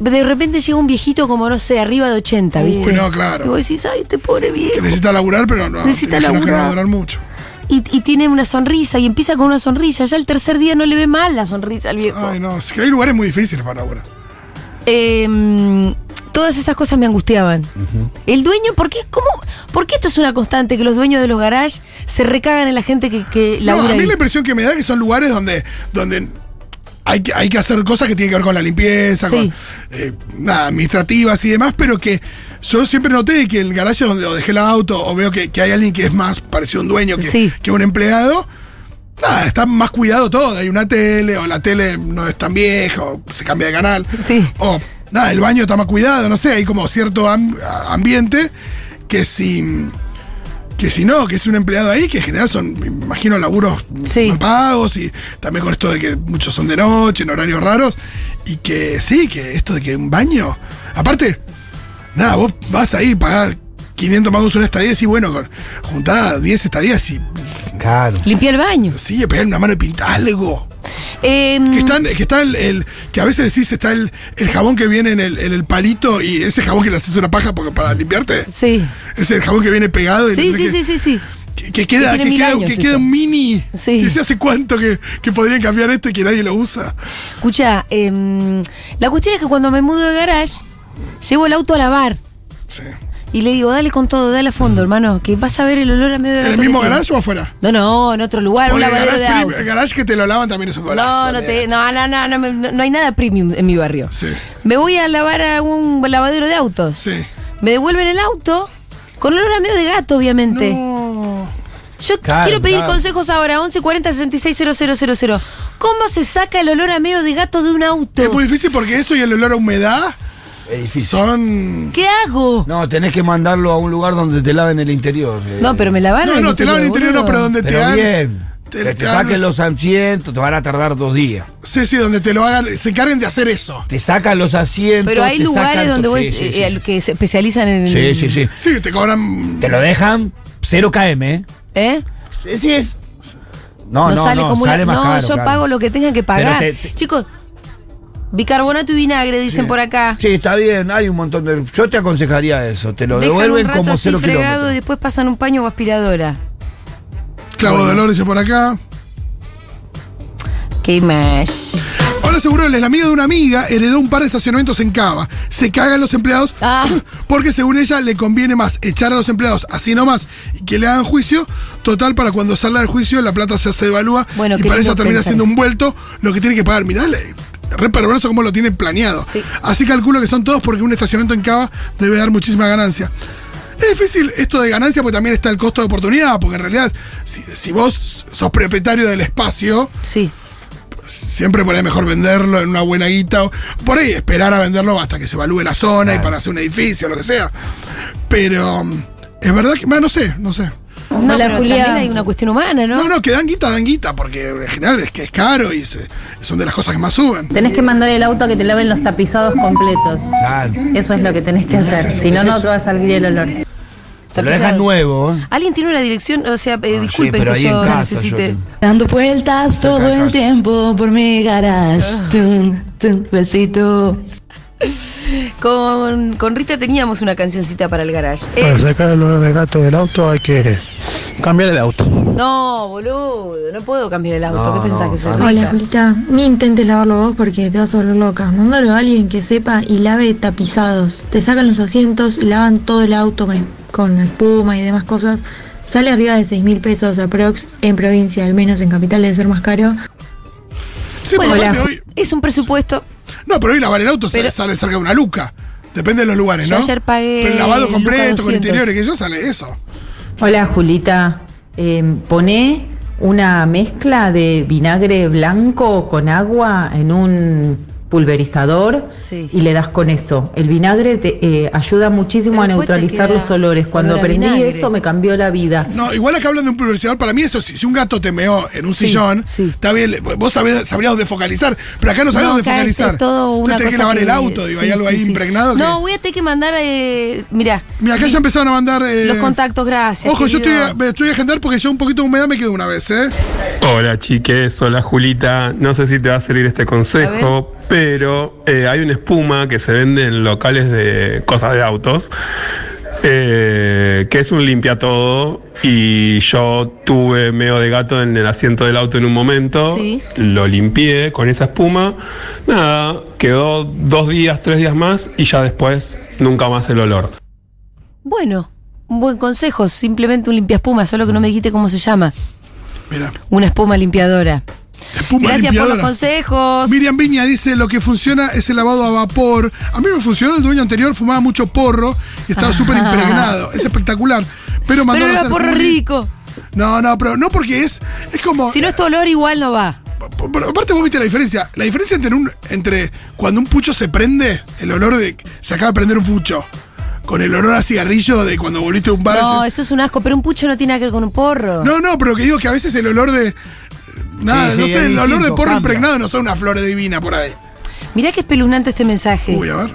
A: De repente llega un viejito como, no sé, arriba de 80,
B: Uy,
A: ¿viste?
B: no, claro.
A: Y vos decís, ay, este pobre
B: Que
A: viejo.
B: necesita laburar, pero no.
A: Necesita
B: te imagino que no va a
A: laburar.
B: durar mucho.
A: Y, y tiene una sonrisa y empieza con una sonrisa. Ya el tercer día no le ve mal la sonrisa al viejo.
B: Ay, no, es que hay lugares muy difíciles para laburar.
A: Eh, mm, todas esas cosas me angustiaban. El dueño, ¿por qué, cómo, ¿por qué esto es una constante? Que los dueños de los garages se recagan en la gente que, que
B: No,
A: labura
B: a mí
A: ahí.
B: la impresión que me da es que son lugares donde, donde hay, que, hay que hacer cosas que tienen que ver con la limpieza,
A: Sí.
B: con eh, nada, administrativas y demás, pero que yo siempre noté que el garaje donde o dejé el auto o veo que, que hay alguien que es más parecido a un dueño que,
A: Sí.
B: que un empleado. Nada, está más cuidado todo. Hay una tele, o la tele no es tan vieja, o se cambia de canal.
A: Sí.
B: O nada, el baño está más cuidado, no sé, hay como cierto am- a- ambiente que si. Que si no, que es un empleado ahí, que en general son, me imagino, laburos
A: Sí.
B: mal pagos y también con esto de que muchos son de noche, en horarios raros, y que sí, que esto de que un baño. Aparte, nada, vos vas ahí, pagás 500 pagos una estadía y decís, bueno, con, juntá 10 estadías y
C: Claro.
A: Limpia el baño.
B: sí, pegar una mano y pintar algo.
A: Eh,
B: Que, están, que está el, el- Que a veces decís, está el, el jabón que viene en el, en el palito y ese jabón que le haces una paja porque para limpiarte.
A: sí.
B: Es el jabón que viene pegado y
A: Sí,
B: tenés
A: sí,
B: que-
A: sí, sí, sí.
B: que, que queda,
A: Que tiene
B: que
A: mil
B: queda-
A: años
B: que
A: eso.
B: queda un mini.
A: Sí.
B: Que se hace cuánto que, que podrían cambiar esto y que nadie lo usa.
A: Escucha, em, la cuestión es que cuando me mudo de garage, llevo el auto a lavar.
B: Sí.
A: Y le digo, dale con todo, dale a fondo, hermano, que vas a ver el olor a medio de
B: ¿En
A: gato
B: el
A: que
B: mismo
A: tiene".
B: garage o afuera?
A: No, no, en otro lugar, un
B: Porque el
A: lavadero
B: garage,
A: de
B: prim-
A: auto.
B: el garage que te lo lavan también es un golazo.
A: No, no, te,
B: olvidate.
A: no, no, no, no, me- no, no hay nada premium en mi barrio.
B: Sí.
A: Me voy a lavar a un lavadero de autos.
B: Sí.
A: Me devuelven el auto con olor a medio de gato, obviamente.
B: No.
A: Yo
C: Claro,
A: quiero pedir
C: claro.
A: consejos ahora, 1140 000. ¿Cómo se saca el olor a medio de gato de un auto?
B: Es muy difícil porque eso y el olor a humedad
C: Es difícil.
B: son.
A: ¿Qué hago? No,
C: No, tenés que mandarlo a un lugar donde te laven el interior. eh.
A: pero me lavaron.
B: No, no, te lavan el interior, no,
A: boludo.
B: pero donde te
C: Pero
B: dan.
C: bien.
B: te-
C: que
B: te
C: te
B: dan-
C: saquen los asientos, te van a tardar dos días.
B: Sí, sí, donde te lo hagan, se encarguen de hacer eso.
C: Te sacan los asientos.
A: Pero hay
C: te
A: lugares
C: sacan
A: donde
C: to-
A: vos,
C: Sí, sí,
A: eh,
C: sí,
A: eh,
C: sí.
A: que se especializan en.
C: Sí, sí, sí.
B: Sí, te cobran.
C: Te lo dejan 0 km, ¿eh?
A: ¿Eh?
C: Sí, es. No,
A: No,
C: no, no,
A: sale
C: sale,
A: como una-
C: más
A: no,
C: caro.
A: yo
C: claro.
A: pago lo que tenga que pagar.
C: te- te-
A: Chicos, bicarbonato y vinagre, dicen por acá.
C: Sí, está bien, hay un montón de. Yo te aconsejaría eso, te lo
A: Dejan
C: devuelven
A: un rato
C: como
A: así
C: 0
A: fregado
C: kilómetros.
A: y después pasan un paño o aspiradora.
B: Clavo de olor, dice por acá.
A: Qué más.
B: Hola, Seguroles. La amiga de una amiga heredó un par de estacionamientos en Cava. Se cagan los empleados
A: Ah.
B: porque, según ella, le conviene más echar a los empleados así nomás y que le hagan juicio. Total, para cuando salga el juicio, la plata se hace devalúa
A: Bueno,
B: y
A: qué
B: para
A: lindo
B: ella termina
A: pensar
B: siendo
A: eso.
B: un vuelto lo que tiene que pagar. Mirá, le- re perverso como lo tienen planeado.
A: Sí.
B: Así calculo que son todos porque un estacionamiento en Cava debe dar muchísima ganancia. Es difícil esto de ganancia porque también está el costo de oportunidad, porque en realidad, si, si vos sos propietario del espacio,
A: Sí.
B: siempre por ahí mejor venderlo en una buena guita. o- Por ahí esperar a venderlo hasta que se evalúe la zona y para hacer un edificio, lo que sea. Pero mm, es verdad que, bah, no sé, no sé.
A: No,
D: Hola,
A: pero
D: Julián.
A: también hay una cuestión humana, ¿no?
B: No, no, que dan guita, dan guita, porque en general es que es caro y se- son de las cosas que más suben.
D: Tenés que mandar el auto a que te laven los tapizados completos.
C: Claro.
D: Eso es lo que tenés que hacer. Si no, no te va a salir el olor.
C: Te lo
A: Tapizado.
C: dejan nuevo, ¿eh?
A: ¿Alguien tiene una dirección? O sea, eh,
C: Ah, sí,
A: disculpen
C: pero
A: que
C: ahí en
A: yo
C: casa,
A: necesite.
C: yo
E: Dando vueltas todo el tiempo por mi garage. Tun, tun, besito.
A: Con, con Rita teníamos una cancioncita para el
C: Ah,
A: garage.
F: Para
A: Es-
F: sacar el olor de gato del auto hay que cambiar de auto.
A: No, boludo, no puedo cambiar el auto.
C: No,
A: ¿Qué pensás
C: no,
A: que soy
C: claro.
A: Rita?
G: Hola, Julita. Ni intentes lavarlo vos porque te vas a volver loca. Mándalo a alguien que sepa y lave tapizados. Te sacan los asientos y lavan todo el auto con, con espuma y demás cosas. Sale arriba de 6 mil pesos aprox en provincia, al menos en capital debe ser más caro.
B: Sí,
A: Bueno,
B: porque aparte
A: hola.
B: hoy.
A: Es un presupuesto.
B: No, pero hoy lavar el auto se-
A: Pero-
B: sale cerca de una luca. Depende de los lugares,
A: Yo
B: ¿no?
A: ayer pagué
B: Pero el lavado
A: Lucas
B: completo, con
A: 200.
B: interiores, que yo sale eso.
D: Hola Julita, Em, poné una mezcla de vinagre blanco con agua en un pulverizador
A: Sí.
D: y le das con eso. El vinagre te eh, ayuda muchísimo
A: Pero
D: a
A: después te
D: neutralizar
A: queda
D: los olores. Cuando
A: olor a
D: aprendí
A: vinagre.
D: eso me cambió la vida.
B: No, igual acá hablan de un pulverizador. Para mí, eso sí. Si un gato te meó en un
A: Sí,
B: sillón,
A: sí.
B: está bien. le- Vos sabés, sabrías dónde focalizar. Pero acá no sabés
A: No,
B: dónde
A: acá es-
B: focalizar.
A: es todo
B: Entonces
A: una
B: tenés que
A: cosa
B: lavar el auto, digo, hay
A: sí,
B: algo
A: sí,
B: ahí
A: sí.
B: impregnado.
A: No,
B: que-
A: voy a tener que mandar, eh, mira,
B: Mira, acá ya empezaron a mandar. eh,
A: los contactos, gracias.
B: Ojo, yo estoy
A: querido.
B: a, me estoy a agendar porque yo un poquito de humedad me quedo una vez, ¿eh?
H: Hola chiques, hola Julita, no sé si te va a servir este consejo, pero eh, hay una espuma que se vende en locales de cosas de autos, eh, que es un limpia todo y yo tuve medio de gato en el asiento del auto en un momento,
A: Sí.
H: lo limpié con esa espuma, nada, quedó dos días, tres días más y ya después nunca más el olor.
A: Bueno, un buen consejo, simplemente un limpiaespuma, solo que no me dijiste cómo se llama.
B: Mira,
A: Una espuma limpiadora. gracias por
B: espuma
A: los
B: limpiadora.
A: consejos.
B: Miriam Viña dice, lo que funciona es el lavado a vapor. A mí me funcionó, el dueño anterior fumaba mucho porro y estaba súper impregnado. Es espectacular. Pero
A: Pero
B: mandaron a
A: era
B: hacer
A: porro
B: Juli-
A: rico.
B: No, no, pero no porque es... Es como...
A: Si no es tu olor, igual no va.
B: P- pero aparte vos viste la diferencia. La diferencia entre un. entre cuando un pucho se prende, el olor de. se acaba de prender un pucho. Con el olor a cigarrillo de cuando volviste a un bar.
A: No,
B: se-
A: eso es un asco, pero un pucho no tiene nada que ver con un porro.
B: no, no, pero que digo que a veces el olor de. Nada,
C: Sí,
B: no
C: sí,
B: sé,
C: es
B: el olor de
C: distinto,
B: porro
C: cambia.
B: impregnado no son una flor divina por ahí.
A: Mirá qué espeluznante este mensaje.
B: Uy, a ver.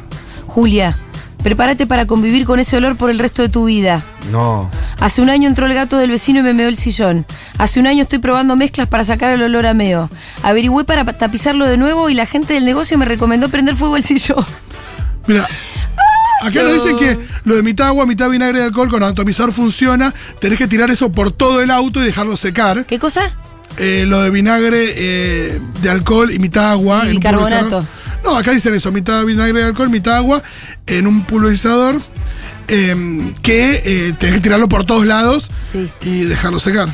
A: Julia, prepárate para convivir con ese olor por el resto de tu vida.
C: No.
A: Hace un año entró el gato del vecino y me meó el sillón. Hace un año estoy probando mezclas para sacar el olor a meo. Averigüé para pa- tapizarlo de nuevo y la gente del negocio me recomendó prender fuego el sillón.
B: Mira. Acá nos dicen que lo de mitad agua, mitad vinagre de alcohol con atomizador funciona. Tenés que tirar eso por todo el auto y dejarlo secar.
A: ¿Qué cosa?
B: eh, lo de vinagre eh, de alcohol y mitad agua.
A: Y
B: en un
A: bicarbonato.
B: pulverizador. No, acá dicen eso, mitad vinagre de alcohol, mitad agua en un pulverizador eh, que eh, tenés que tirarlo por todos lados
A: Sí,
B: y dejarlo secar.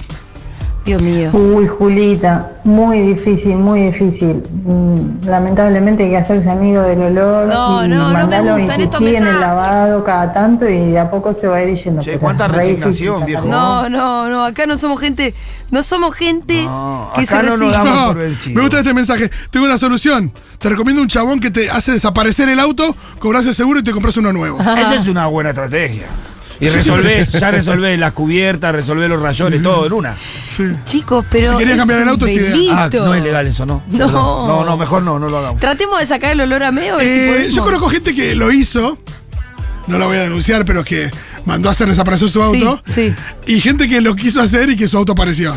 A: Dios mío.
I: Uy, Julita, muy difícil, muy difícil. Mm, Lamentablemente hay que hacerse amigo del olor.
A: No,
I: y
A: no, no me
I: mandarlo a
A: gustan estos
I: insistir en el
A: mensajes.
I: lavado cada tanto y de a poco se va a ir yendo.
C: Che,
I: pero
C: cuánta
I: es re difícil
C: resignación,
I: sacarlo.
C: viejo.
A: No, no, no, acá no somos gente, no somos gente
C: No,
A: que
C: acá
A: se
C: no nos
A: resiste.
C: damos- Vamos
B: No,
C: por vencido.
B: me gusta este mensaje. Tengo una solución. Te recomiendo un chabón que te hace desaparecer el auto, cobras el seguro y te compras uno nuevo.
C: Esa es una buena estrategia. Y resolvés, ya resolvés las cubiertas, resolvés los rayones, todo en una.
B: Sí.
A: Chicos, pero
B: Si querés
A: es
B: cambiar el
A: un
B: auto, es ideal.
A: delito.
C: Ah, no es legal eso, ¿no?
A: No.
C: Perdón. No, no, mejor no, no lo hagamos.
A: Tratemos de sacar el olor a meo. a ver si
B: Eh,
A: podemos.
B: yo conozco gente que lo hizo. No la voy a denunciar, pero que mandó a hacer desaparecer su auto.
A: Sí, sí.
B: Y gente que lo quiso hacer y que su auto apareció.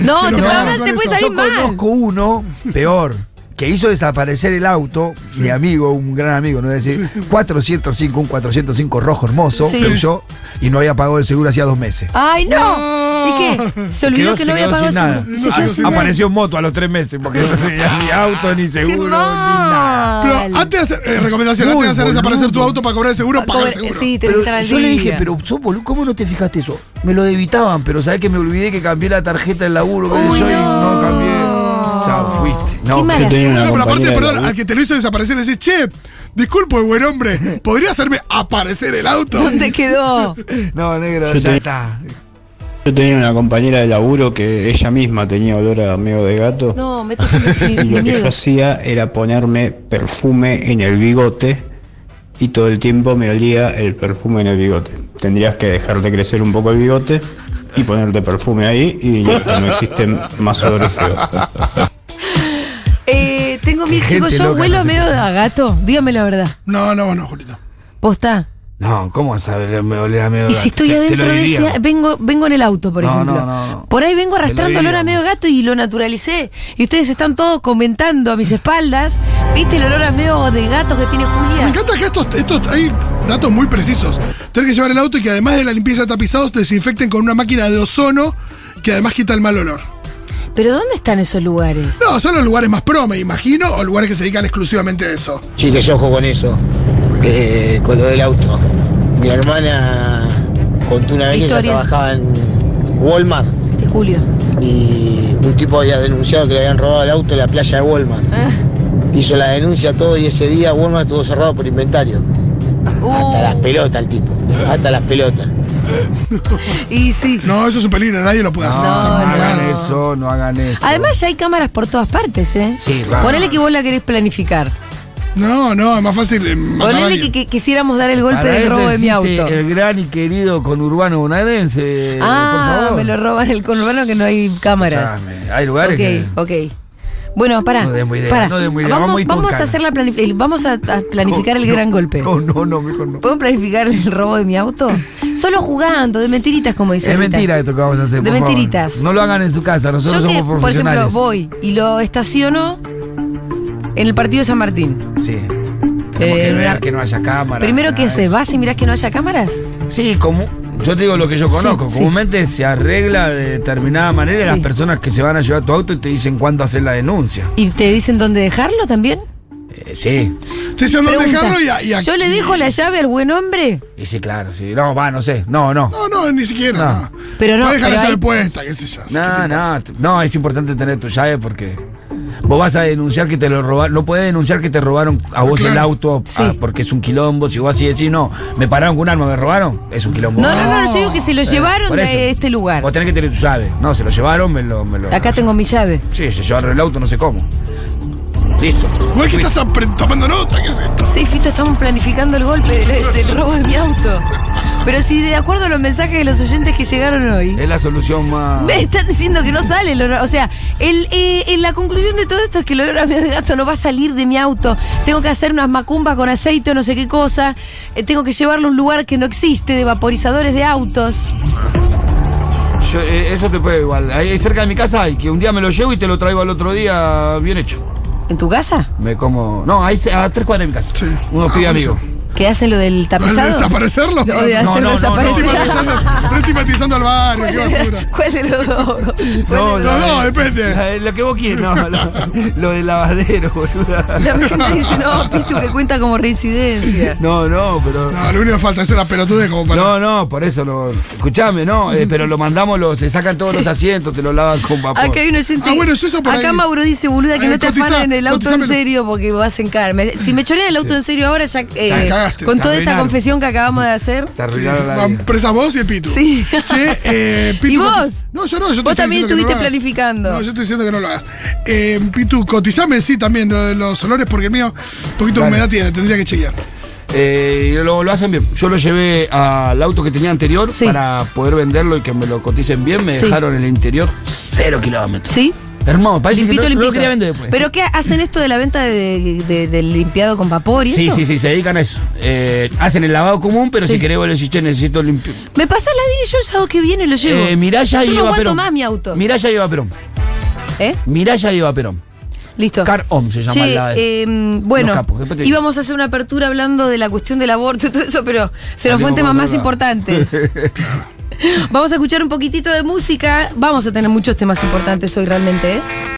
A: No,
B: que
A: te,
B: lo
A: puede-
B: hagan
A: te
B: con
A: puede
B: eso.
A: salir
C: Yo
A: mal.
C: conozco uno peor que hizo desaparecer el auto, mi amigo, un gran amigo, no voy a decir, 405, un 405 rojo hermoso,
A: Sí.
C: se huyó y no había pagado el seguro hacía dos meses.
A: Ay, no.
B: No.
A: ¿Y qué? Se olvidó que no había pagado el seguro. Se
B: No,
A: quedó
B: ah,
A: sin
B: nada.
C: apareció en moto a los tres meses porque no tenía ni auto, ni
A: ¡Qué
C: seguro, ni nada.
B: Pero
A: mal!
B: antes de hacer, eh, recomendación, antes
C: Muy
B: de hacer
C: boludo.
B: desaparecer tu auto para cobrar el seguro,
A: Ah,
B: paga el
A: cobre-
B: seguro.
A: Sí, te
C: Pero
A: entrar al
C: yo le dije,
A: día.
C: pero sos boludo, ¿cómo no te fijaste eso? Me lo debitaban, pero sabés que me olvidé que cambié la tarjeta del laburo, que
A: Uy,
C: yo y
A: no.
C: no cambié. Chao, fuiste.
A: Qué
C: No,
A: mala
C: pero-
A: suerte.
B: No, pero aparte, perdón, al que te lo hizo desaparecer, le decís, che, disculpe, buen hombre, ¿podría hacerme aparecer el auto?
A: ¿Dónde quedó?
C: no, negro,
J: Yo
C: ya
J: te-
C: está.
J: Yo tenía una compañera de laburo que ella misma tenía olor a medio de gato.
A: No, me estás haciendo
J: Y
A: mi- mi
J: lo que yo
A: miedo.
J: hacía era ponerme perfume en el bigote y todo el tiempo me olía el perfume en el bigote. Tendrías que dejarte crecer un poco el bigote y ponerte perfume ahí y listo, no existen más olores feos.
A: Eh, tengo mil
C: Gente
A: chicos, yo
C: loca,
A: vuelo
C: no sé
A: medio
C: qué.
A: a gato. Dígame la verdad.
B: No, no, no, Julito.
A: Posta.
C: No, ¿cómo vas a oler- me oler a
A: Y
C: medio gato?
A: si estoy
C: Te- te
A: adentro
C: lo
A: de
C: diría.
A: ese. Vengo, vengo en el auto, por
C: No,
A: ejemplo.
C: no, no, no.
A: Por ahí vengo
C: Te lo
A: arrastrando olor a medio
C: diríamos.
A: gato y lo naturalicé. Y ustedes están todos comentando a mis espaldas. ¿Viste el olor a medio de gato que tiene
B: Me
A: Julia?
B: encanta que estos, estos hay datos muy precisos. Tenés que llevar el auto y que además de la limpieza de tapizados, te desinfecten con una máquina de ozono que además quita el mal olor.
A: Pero ¿dónde están esos lugares?
B: No, son los lugares más pro, me imagino, o lugares que se dedican exclusivamente a eso.
K: Sí, que yo ojo con eso, eh, con lo del auto. Mi hermana contó una vez que
A: Historias.
K: ella trabajaba en Walmart
A: Este Julio.
K: y un tipo había denunciado que le habían robado el auto en la playa de Walmart.
A: Ah.
K: Hizo la denuncia todo y ese día Walmart estuvo cerrado por inventario.
A: Uh.
K: Hasta las pelotas el tipo. Hasta las pelotas.
A: Y sí.
B: No, eso es un peligro, nadie lo puede
C: No,
B: hacer.
C: no hagan
A: no.
C: eso, no hagan eso.
A: Además ya hay cámaras por todas partes, ¿eh?
C: Sí, claro.
A: Ponele que vos la querés planificar.
B: No, no, es más fácil. eh, matar a
A: Ponele
B: alguien.
A: que, que quisiéramos dar el golpe
C: Para
A: de
C: eso
A: robo de mi
C: existe
A: auto.
C: El gran y querido conurbano bonaerense. por
A: ah,
C: favor.
A: me lo roban el conurbano que no hay cámaras.
C: Escuchame, Hay lugares que.
A: ok, ok. Bueno, pará.
C: No demos idea,
A: pará.
C: no demos idea,
A: Vamos,
C: vamos a ir con
A: vamos a
C: calma.
A: hacer la planif- el- vamos a, a planificar el
C: No,
A: gran golpe.
C: No, no, no, mejor no.
A: ¿Puedo planificar el robo de mi auto? Solo jugando, de mentiritas, como dice
C: Es
A: Rita.
C: mentira esto que vamos a hacer.
A: De
C: por favor.
A: mentiritas.
C: No lo hagan en su casa, nosotros
A: Yo que,
C: somos
A: por ejemplo,
C: profesionales.
A: voy y lo estaciono en el partido de San Martín.
C: Sí. Tenemos
A: Eh,
C: que ver
A: una-
C: que no haya cámara.
A: Primero, ¿qué
C: nada de
A: haces?
C: eso.
A: ¿Vas y mirás que no haya cámaras?
C: Sí, como. Yo te digo lo que yo conozco.
A: sí.
C: Comúnmente se arregla de determinada manera y
A: Sí.
C: las personas que se van a llevar tu auto y te dicen cuándo hacer la denuncia.
A: ¿Y te dicen dónde dejarlo también?
C: Eh, sí.
B: Te dicen dónde
A: Pregunta,
B: dejarlo y, a- y a-
A: ¿Yo le dejo la llave al buen hombre?
C: Y sí, claro, sí. No, va, no sé. No, no.
B: No, no, ni siquiera.
C: No.
B: No.
A: Pero no, pero
B: Puedes dejar la
A: hay-
B: llave puesta, qué sé yo. ¿qué te
C: No,
B: importa?
C: no, t- no, es importante tener tu llave porque vos vas a denunciar que te lo robaron, no podés denunciar que te robaron a vos el
B: Claro.
C: auto
A: Sí.
C: ah, porque es un quilombo, si vos así decís, no, me pararon con un arma, me robaron, es un quilombo.
A: No, no, no, yo digo que se lo
C: Eh,
A: llevaron
C: por eso.
A: de este lugar.
C: Vos tenés que tener tu llave, no, se lo llevaron, me lo... Me lo
A: Acá tengo mi llave.
C: Sí, se llevaron el auto, no sé cómo. Listo.
B: Igual que estás apre- tomando nota, qué sé yo.
A: Sí, Fito, estamos planificando el golpe del, del robo de mi auto. Pero si de acuerdo a los mensajes de los oyentes que llegaron hoy,
C: Es la solución más...
A: me están diciendo que no sale el olor- O sea, el, eh, eh, la conclusión de todo esto es que el olor a medio de gato no va a salir de mi auto. Tengo que hacer unas macumbas con aceite o no sé qué cosa. Eh, tengo que llevarlo a un lugar que no existe, de vaporizadores de autos.
C: Yo, eh, eso te puede igual. Ahí cerca de mi casa hay, que un día me lo llevo y te lo traigo al otro día bien hecho.
A: ¿En tu casa?
C: Me como... No, ahí se- a tres cuadras de mi casa.
B: Sí.
C: Unos
B: Ah,
C: pibes
B: bueno.
C: amigos.
A: ¿Qué hacen lo del tapizado?
B: ¿Desaparecerlo?
A: O de
C: No,
A: hacerlo
C: no, no,
B: No
A: desaparecer.
B: estigmatizando, no estigmatizando al barrio, qué basura.
A: ¿Cuál de los dos? ¿Cuál de los
B: no,
A: dos?
B: no, depende.
C: La- lo que vos quieras, no, lo, lo del lavadero, boluda.
A: La gente dice, no, Pitu, que cuenta como reincidencia.
C: No, no, pero.
B: No, lo único que falta es una pelotude como para.
C: No, no, por eso lo. Escuchame, no, eh, pero lo mandamos, los, te sacan todos los asientos, te lo lavan con vapor.
A: Acá hay un oyente.
B: Ah, bueno, es eso por
A: acá
B: ahí.
A: Mauro dice, boluda, que
B: Eh,
A: no te
B: cotiza-
A: afanen el auto en
B: cotizámelo.
A: serio porque vas en carne. Si me chorean el auto en serio ahora, ya. eh,
B: La cagaste,
A: con
B: te
A: toda esta
C: arruinaron.
A: confesión que acabamos de hacer.
C: Te
B: Sí,
C: arruinaron la vida.
B: van presa vos y el Pitu.
A: Sí.
B: Che, eh, Pitu.
A: ¿Y vos?
B: cotiz- No, yo no, yo te
A: Vos
B: estoy
A: también
B: diciendo que
A: estuviste
B: no lo hagas.
A: planificando.
B: No, yo estoy diciendo que no lo hagas. Eh, Pitu, cotizame, sí, también lo de los olores, porque el mío, un poquito de
C: Dale.
B: humedad tiene, tendría que chequear.
C: Eh, y lo, lo hacen bien. Yo lo llevé al auto que tenía anterior
A: Sí.
C: para poder venderlo y que me lo coticen bien. Me
A: Sí.
C: dejaron el interior cero kilómetros.
A: ¿Sí?
C: Hermoso, parece
A: Limpito,
C: que no- no,
A: limpito.
C: lo quería vender después.
A: ¿Pero qué hacen esto de la venta de- de- del limpiado con vapor y
C: Sí,
A: eso?
C: sí, sí, se dedican a eso. Eh, hacen el lavado común, pero
A: Sí.
C: si querés, vos le decís, che, necesito limpio.
A: Me pasás la DIR y yo el sábado que viene lo llevo.
C: Eh, Miraya
A: yo no
C: y Eva
A: aguanto
C: Perón.
A: más mi auto.
C: Miraya y Eva Perón.
A: ¿Eh?
C: Miraya y Eva Perón.
A: Listo.
C: Car Om se llama
A: Che,
C: la-
A: em, bueno,
C: los capos, después te digo.
A: íbamos a hacer una apertura hablando de la cuestión del aborto y todo eso, pero se nos
C: Salimos
A: fue en temas
C: con
A: más
C: otra.
A: importantes. Vamos a escuchar un poquitito de música. Vamos a tener muchos temas importantes hoy realmente, ¿eh?